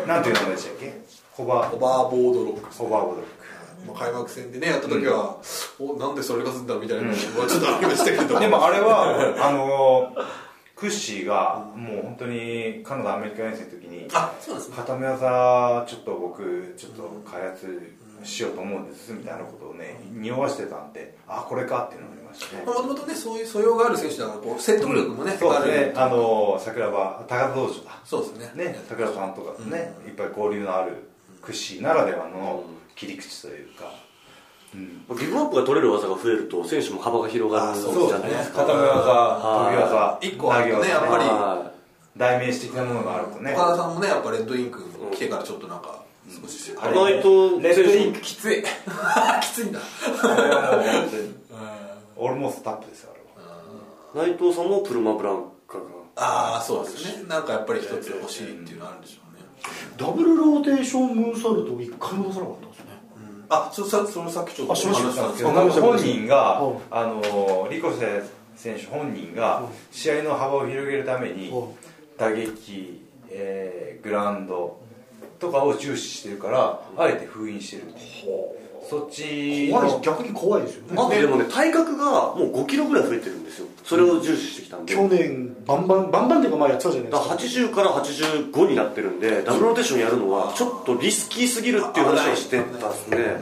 なんていう名前でしたっけホバホーバーボードロックですホバーボードまあ開幕戦でねやった時は、おなんでそれがすんだみたいなのはちょっとありましたけどでもあれはあのークッシーがもう本当にカナダアメリカ遠征の時に あそうなんですね片目技ちょっと僕ちょっと開発しようと思うんですみたいなことをね匂わしてたんであこれかっていうのがありましたねもともとねそういう素養がある選手だからこう説得力もね、そうあでするねあのー桜庭高田道場だそうですねね、桜さんとかね、いっぱい交流のある屈指ならではの切り口というか、うん、ギブアップが取れる技が増えると選手も幅が広がるそうじゃないですか片目技、はい飛び技、一個あるとね投げ技やっぱりは代名詞的なものがあるとね、岡田さんもねやっぱレッドインク来てからちょっとなんか少し、あいれ意外とレッドイン選手きつい きついんだあれはもう本当にオールモーストタップですよ、あれは。内藤さんもプルマブランカがああそうですねなんかやっぱり一つ欲しいっていうのあるんでしょうね、ダブルローテーションムーンサルトを一回も出さなかったんですねあそさそのさっきちょっとあしましたお話ししたんですけなんかど本人がうん、あのリコセ選手本人が、試合の幅を広げるためにうん、打撃、えーグラウンドとかを重視してるから、あえて封印してる、そっち怖いですの、逆に怖いですよねあとでもね体格がもう5キロぐらい増えてるんですよそれを重視してきたんで、去年バンバンバンバンっていうか前やってたじゃないだでかすらか80から85になってるんでダブルローテーションやるのはちょっとリスキーすぎるっていう話をしてたんですねなる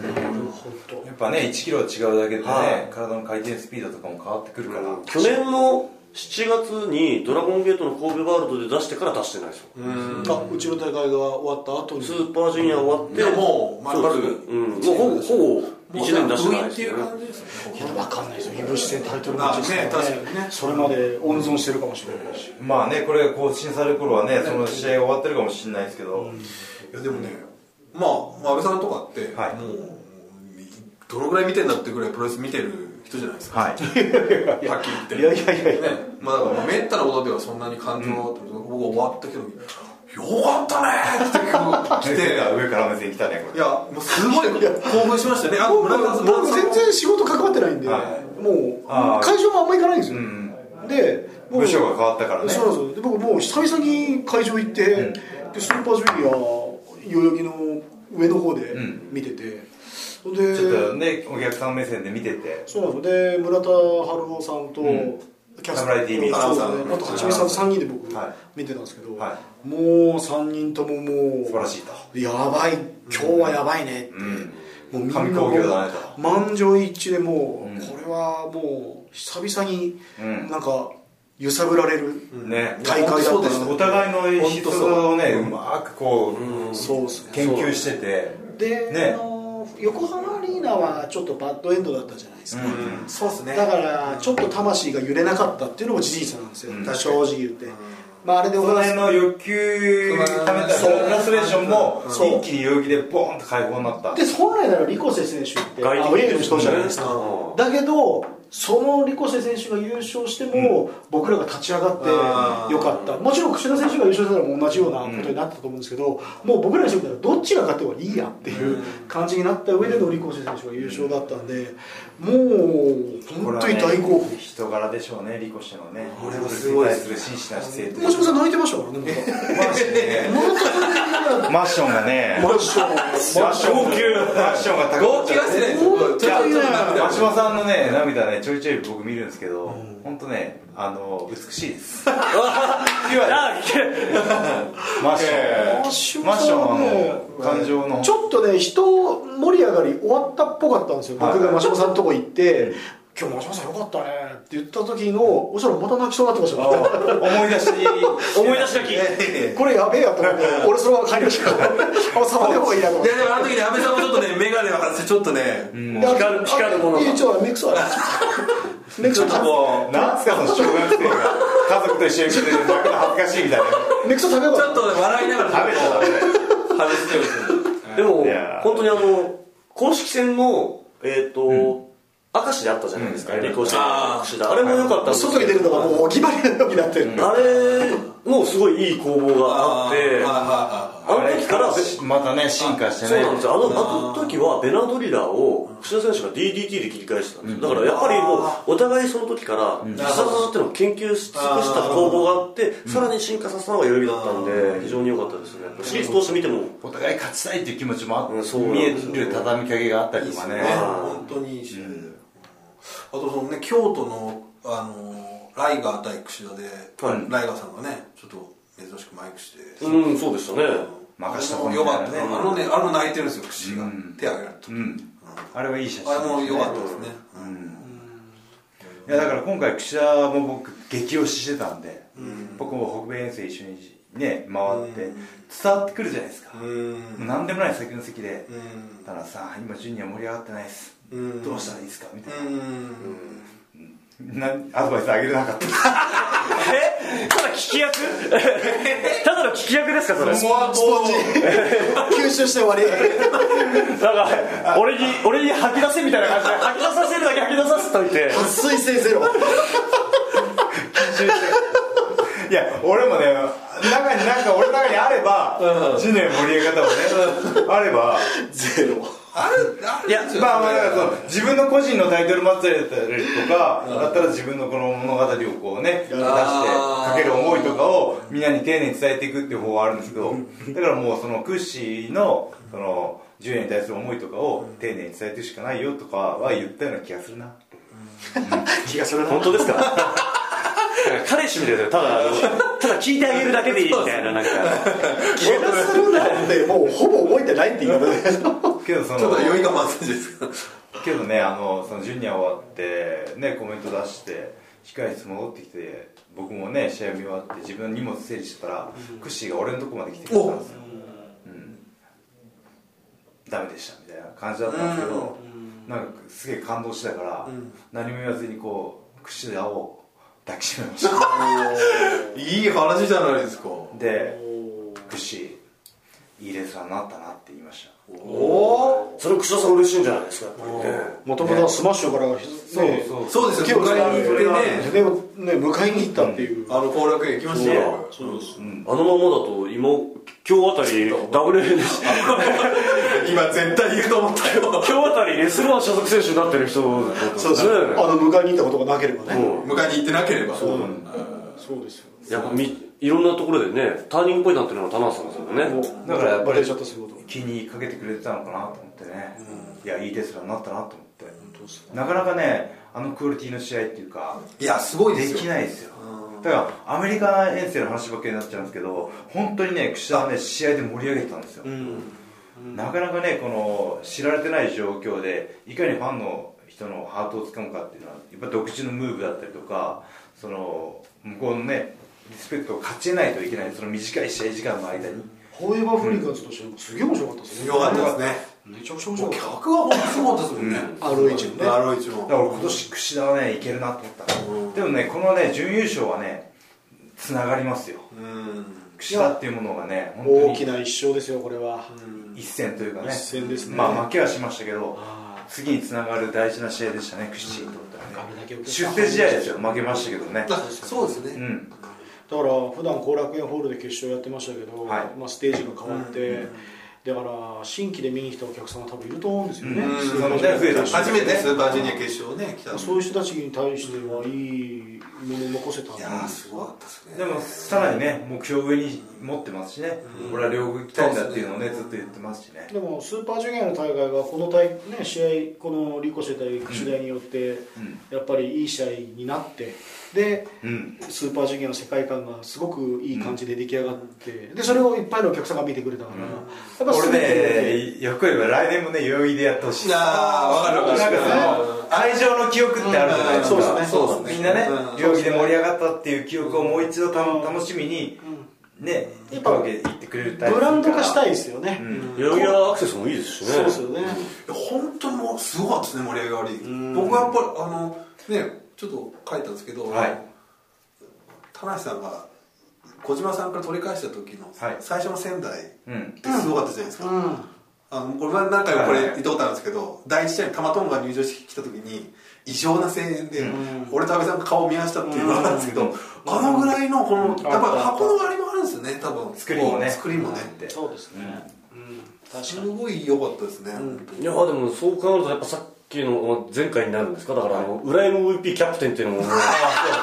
ほどやっぱね、1キロ違うだけでね、は体の回転スピードとかも変わってくるから、去年の7月にドラゴンゲートの神戸ワールドで出してから出してないですよあうちの大会が終わった後にスーパージュニア終わっていやもうまるまるそうですうん、もうほぼほぼ1年出してっないでてすいようね感じですよねいや分かんないですよ、イブシ戦タイトルマッチですあね確かにねそれまで温存してるかもしれないし、まあね、これ、更新される頃はね、その試合が終わってるかもしれないですけど、いやでもねまあ安倍さんとかって、はいもうどのぐらい見てんだってぐらいプロレス見てる人じゃないですか、 はい、はっきり言っていやいやいやいやねまあだからめったなことではそんなに感情は、僕終わったけどよかったねっ先て来生てが 上から目線来たね、こいれ。やもうすごい興奮しましたねあ僕村田さん村田さん全然仕事関わってないんで、はもうあー会場もあんま行かないんですよ、んで僕部署が変わったからね。そうなんですよで僕もう久々に会場行って、んでスーパージュニア代々木の上の方でん見てて、それでちょっとね、お客さん目線で見てて、そうなんですよで村田春夫さんと、んキ侍 TV そうですアナウンサーねのあとはちみさん3人で僕はい見てたんですけど、はもう3人とももう素晴らしいと。やばい今日はやばいねって、うんもうみんな神も工業だねう満場一致でもう、うんこれはもう久々にうんなんか揺さぶられる、ね大会だそっうたでなすお互いの必要をね、うまくこう、そうですね研究してて、で、ねあの横浜アリーナはちょっとバッドエンドだったじゃないですか、うんそうですねだからちょっと魂が揺れなかったっていうのも事実なんですよ、うん正直言って、まああれでそおの話辺の欲求うんためたそうフラストレーションもそう一気に代々木でボーンと解放になったで本来ならリコセ選手ってア外ウ国ェーの人じゃないですか、うんだけどそのリコセ選手が優勝しても、僕らが立ち上がってあーよかったもちろん櫛田選手が優勝したらもう同じようなことになったと思うんですけど、もう僕らにしてみたらどっちが勝てばいいやっていう感じになった上でのリコセ選手が優勝だったんで、もう本当に大興奮、人柄でしょうねリコ氏のねこれはすごい対する真摯な姿勢というもしもさん泣いてましたからね僕マジでねマッションがねマッションマッションマッションが高号く泣なっがしてないです本ちょ当っにとちねょっと涙真島さんのね涙ねちょいちょい僕見るんですけど本当ねあの美しいですピュアですマッシマッションマッションはョンさんはねもう感情のちょっとね人盛り上がり終わったっぽかったんですよはい僕が真島さんのとこ行って「今日真島さんよかったね」って言った時のおそらくまた泣きそうになってましたから思い出し思い出したきこれやべえやと 思って俺そのまま帰りましたからあ触った方がいいなと思っいてやでもあの時ね安倍さんもちょっとね眼鏡を外してちょっとね、光る光るものがいやちょっとメイクソアメイクソアもう、なんすか、その小学生が、家族と一緒に来て、泣くの恥ずかしいみたいな。メイクソア食べようちかょっと笑いながら食べちゃダメだよ。外してるんですよでもいやー本当にあの公式戦のえっ、と、明石であったじゃないですか、うんリコシあーアあれも良かったんなですけど外に出るのがもうお決まりのようになってるあれもうすごいいい工房があっはいてはいあはの時からべまたね進化してそうねなんですよあのあの時はベナドリラーを串田選手が DDT で切り返したんですよだからやっぱりもうお互いその時から必殺技っていうのを研究し尽くした工房があってさらに進化させたのが代々木だったんで非常に良かったですねシリーズ通して見てもお互い勝ちたいっていう気持ちもあっうんそうなん見えですよる畳みかけがあったいいりいとですかねね本当にいい試合で、あとそのね京都のあのライガー対櫛田で、はいライガーさんがねちょっと珍しくマイクして、うんそうでしたね任したあもんのみよたかいなったねねあのねあの泣いてるんですよ櫛田が、うん手挙げると、うんあれはいい写真あれも良かったですね、いやだから今回櫛田も僕激推ししてたんで、僕も北米遠征一緒にね回って、うん伝わってくるじゃないですか、うもうん何でもない先の席で「うんたださ今ジュニア盛り上がってないです、うんどうしたらいいですか?」みたいうんな,、なアドバイスあげれなかったえただ聞き役 ただの聞き役ですかそれ 吸収して終 わりなんか俺に俺に吐き出せみたいな感じで吐き出させるだけ吐き出させといて 水性ゼロいや俺もね中になんか俺の中にあれば、ジュニア盛り上がったもね、あればゼロあるあるいやまあまあだからそう自分の個人のタイトル祭りだったりとか、だったら自分のこの物語をこうね出してかける思いとかをみんなに丁寧に伝えていくっていう方法はあるんですけどだからもうその屈指のその10円に対する思いとかを丁寧に伝えていくしかないよとかは言ったような気がするな気がするな本当ですかなんか 彼氏みたいだよた だあのただ聞いてあげるだけでいいみたいななんか気がするなってもうほぼ覚えてないって言われてけどそちょのっと酔いがまずいですかけどねあのそのジュニア終わってねコメント出して控室戻ってきて僕もね試合見終わって自分の荷物整理してたら、クッシーが俺のとこまで来てくれたんですよ、うん、ダメでしたみたいな感じだったんですけど、なんかすげえ感動したから、何も言わずにこうクッシーで会おう抱きしめました いい話じゃないですかでクッシーいいレスラーになったなって言いましたそれ櫛田さん嬉しいんじゃないですかもともとはスマッシュからねそうそうです手よを迎えに行ってねねね迎えに行ったっていうあの後楽園行きましたよそうです、あのままだと今今日あたり WL で し今絶対行くと思ったよ今日あたりレスラー所属選手になってる人そうですねあの迎えに行ったことがなければね、うん迎えに行ってなければそうそうですよやっぱみいろんなところでねターニングポイントになってるのは田中さんですよねだからやっぱりバレちゃったそういうこと気にかけてくれてたのかなと思ってね、いやいいテスラになったなと思ってなかなかねあのクオリティの試合っていうかいやすごいでですよきないですよだからアメリカ遠征の話ばっかりになっちゃうんですけど本当にね櫛田はね試合で盛り上げてたんですよ、なかなかねこの知られてない状況でいかにファンの人のハートをつかむかっていうのはやっぱ独自のムーブだったりとかその向こうのねリスペクトを勝ち得ないといけないその短い試合時間の間に、ホイバーフリーカーズとしてもすげえ面白かったですねよかったですねめちゃくちゃ面白かっ客は本当すごかったですもんねた R1 のね R1 だからも俺今年櫛田はねいけるなと思った、でもねこのね準優勝はねつながりますようん櫛田っていうものがね本当大きにな一勝ですよこれは、一戦というかね一戦ですねまあ負けはしましたけどあ次につながる大事な試合でしたね櫛田にとっては髪だけね受けた出世試合ですよ負けましたけどねあそうですうねんだから普段後楽園ホールで決勝やってましたけど、はいまあ、ステージが変わって、だから新規で見に来たお客さんは多分いると思うんですよね、うんそスーパのねージュニア増えたし初めてスーパージュニア決勝ね来たのそういう人たちに対してはいいものを残せたんいでやーすごかったですねでもさらにね目標を上に持ってますしね俺は両国行きたいんだっていうのをねずっと言ってますしねでもスーパージュニアの大会がこの大、ね、試合このリコシェ対櫛田によって、やっぱりいい試合になってでうんスーパージュニアの世界観がすごくいい感じで出来上がって、でそれをいっぱいのお客さんが見てくれたから、やっぱ俺全てねよく言えば来年もね代々木でやってほしいあーわかるわかるなんかその愛情の記憶ってあるじゃないですか、うんそうですねそうですねみんなねうん病気で盛り上がったっていう記憶をもう一度た楽しみにねうん行くわけ言ってくれるタイプブランド化したいいですよね、ん代々木はアクセスもいいですしねそうですよね、本当にもうすごかったですね盛り上がり僕はやっぱりあのねちょっと書いたんですけど、はい田無さんが小島さんから取り返した時のはい最初の仙台っうんてすごかったじゃないですか、うん、あのこれ前何回もこれはい言ったことあるんですけど、第一試合に玉トンが入場してきた時に異常な声援で、俺と阿部さんが顔を見合わせたっていうのがあったんですけど、あのぐらいのこの、やっぱ箱の割りもあるんですよね多分作りもねこう作りもねってそうですね、うん、確すかにごい良かったですね、いやでもそう考えるとやっぱさっきの前回になるんですかだからあの裏 MVP キャプテンっていうのも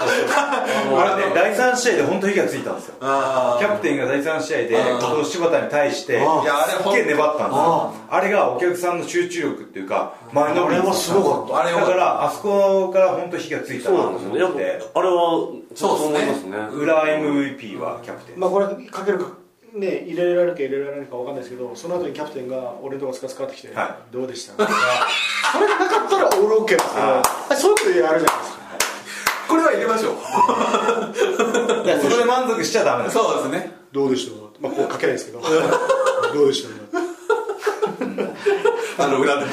あれね第3試合で本当に火がついたんですよあキャプテンが第3試合であーこの柴田に対してーいやあれすっげえ粘ったんですよあれがお客さんの集中力っていうか前のめりあれはすごかったあれだはからあそこから本当火がついたそうなとなんです思よっねやってぱあれはそうですね思いますね裏 MVP はキャプテンまあこれかけるかね入れられるか入れられないかわかんないですけどその後にキャプテンが俺のとこスカスカってきて、はどうでした それがなかったらオールオッケーですけどあそういうことやるじゃないですかこれは入れましょういやそこで満足しちゃダメですそうですねどうでしたまあこうかけないですけ どどうでしたあの裏でね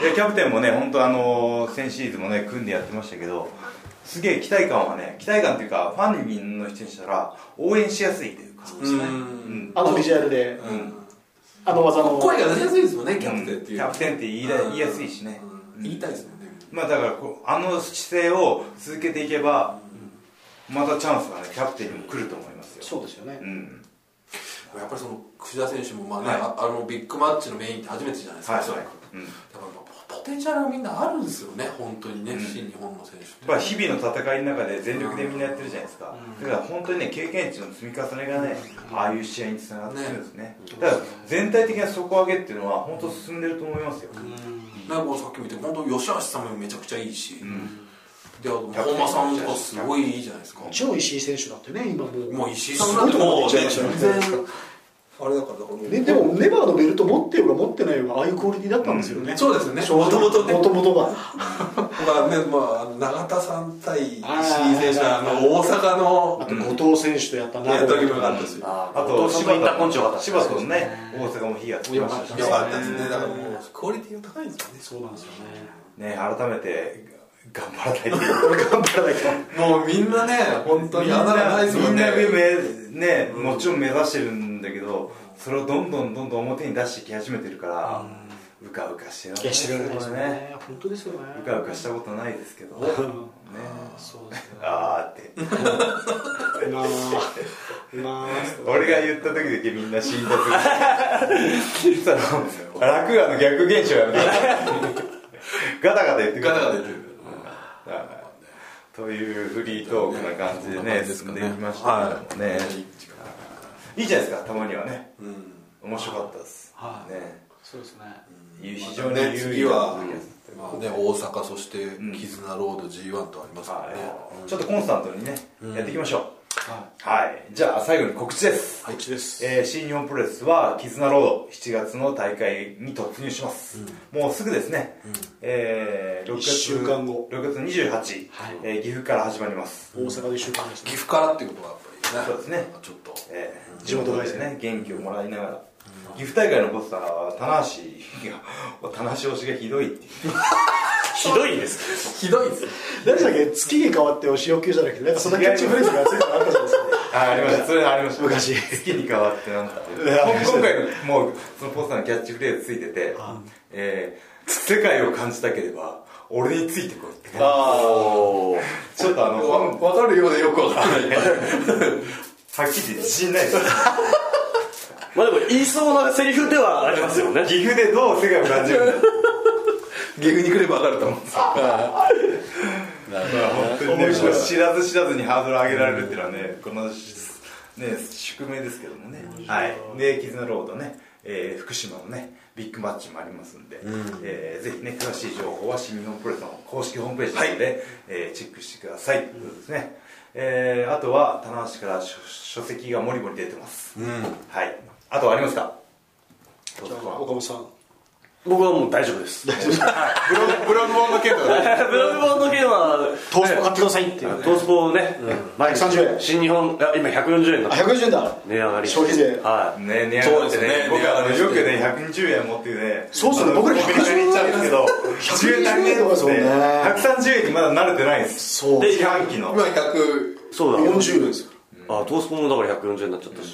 いやキャプテンもね本当あの先シーズンもね組んでやってましたけどすげえ期待感はね期待感っていうかファンの人にしたら応援しやすいというかうんうんあのビジュアルでうんあの技の声が出やすいですもんねキャプテンっていうキャプテンって言いだうん言いやすいしねうん言いたいですもんねまあだからこうあの姿勢を続けていけばまたチャンスがねキャプテンにも来ると思いますよそうですよねうんやっぱりその櫛田選手もまあね、はいああのビッグマッチのメインって初めてじゃないですか、はいおそらくうんやだからポポテンシャルがみんなあるんですよね本当にね、新日本の選手ってっぱ日々の戦いの中で全力でみんなやってるじゃないですかだから本当にね経験値の積み重ねがねああいう試合につながってるんですねだから全体的な底上げっていうのは本当進んでると思いますよなんかさっき見て本当吉橋さんもめちゃくちゃいいし、であとキャプテン本間さんとかすごいいいじゃないですか超石井選手だってね今もうもう石井さんなんてもうねす全然ごいとこまで行っちゃいましたよねあれだからだからもうね、でもネバーのベルト持ってようが持ってないようがああいうクオリティだったんですよね、うんそうですよね正直もともとねもともとがまあねまああの永田さん対石井あー選手はあの大阪あのと後藤選手とやったな、ね時も良かったですよああと柴田の柴田のね大阪も火がつきましたし良かったですねだからもうクオリティが高いんですよねそうなんですよねね改めてが頑張らないといけない頑張らないともうみんなね、本当に穴がないですもんね。みんな上目ね、もちろん目指してるんだけど、それをどんどんどんどん表に出してき始めてるから、うかうかしてないいや知らないですこれね。ね本当ですよねうかうかしたことないですけど、ね、そうですねあーって、なあな俺が言った時だけみんな死んだする。その、楽がの逆現象やめて。ガタガタ言ってくガださタいガタ出てる。はいというフリートークな感じでね、進んできましたはけい。どもね、いいじゃないですか、たまにはね。うん。面白かったです。はいねそうですね非非常常に有意に義な次は時で、まあね、大阪、そして、絆ロード G1 とありますからね。はいちょっとコンスタントにね、やっていきましょうははいじゃあ最後に告知です、いこっちですえー新日本プロレスは絆ロード7月の大会に突入します、もうすぐですね、えー、6月一週間後6月28日、はいえー岐阜から始まります、大阪で一週間です岐ね阜からっていうことはやっぱりそね。うですねちょっと。えー地元でですすね元気をもらいながら、岐阜大会のポスターは棚橋が棚橋推しがひどいっていうひどいんですひどいですね。何でしたっけ月に変わってお仕置きじゃなくてなんかそんなキャッチフレーズがついてなかったじゃないですあありましたそれありました昔好きに変わってなんかっていやありました今回もうそのポスターのキャッチフレーズついてて「えー世界を感じたければ俺についてこい」ってあちょっとあのわはわかるようでよく わからない。っきり自信ないですまあでも言いそうなセリフではありますよね岐阜でどう世界を感じるんだ 岐阜に来ればわかると思うんですよ。本当にねこう知らず知らずにハードル上げられるっていうのはねこのしね宿命ですけどもねはいで絆ロードね、えー福島のねビッグマッチもありますんで、えーぜひね詳しい情報は新日本プロレスの公式ホームページなので、えーチェックしてくださいということですね、えーあとは棚橋から書書籍がもりもり出てます、はいあとはありますかかじゃあ岡本さん 僕はもう大丈夫ですブログ、ブログ本の件とかね。ブログボードゲームはトースポ買ってくださいっていうトースポをね毎日130円新日本が今140円になあった110円だ値上がり消費税はいね、値上そうがっでてねすね僕値上はがりしてよくね120円持ってねそうそう僕らコンビニに行っちゃうんですけど10円足りねえとかそうねって130円にまだ慣れてないんですそうで四半期の今100、そうだ40円ですよあトースポもだから140円になっちゃったし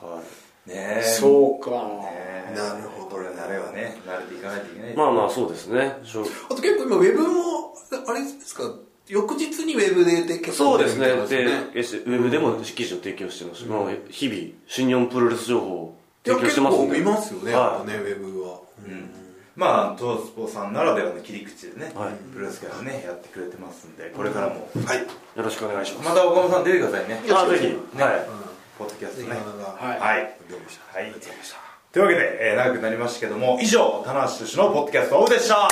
はいねえそうか、ねえなるほどこれは慣れはね慣れていかないといけないまあまあそうですねしょうあと結構今ウェブもあれですか翌日にウェブでで結そ構うですね出るみたいでなんですね S ウェブでも記事を提供してますし、まあ、日々新日本プロレス情報をいや提供してますんで結構見ますよね、はいやっぱねウェブは、まあ東スポさんならではの切り口でね、プロレス界をねやってくれてますんでこれからも、はいよろしくお願いしますまた岡本さん出てくださいねあぜひ、はいポッドキャストね今のがはい、はい、どうもしたはいというわけで、えー長くなりましたけども以上棚橋俊のポッドキャストオフでした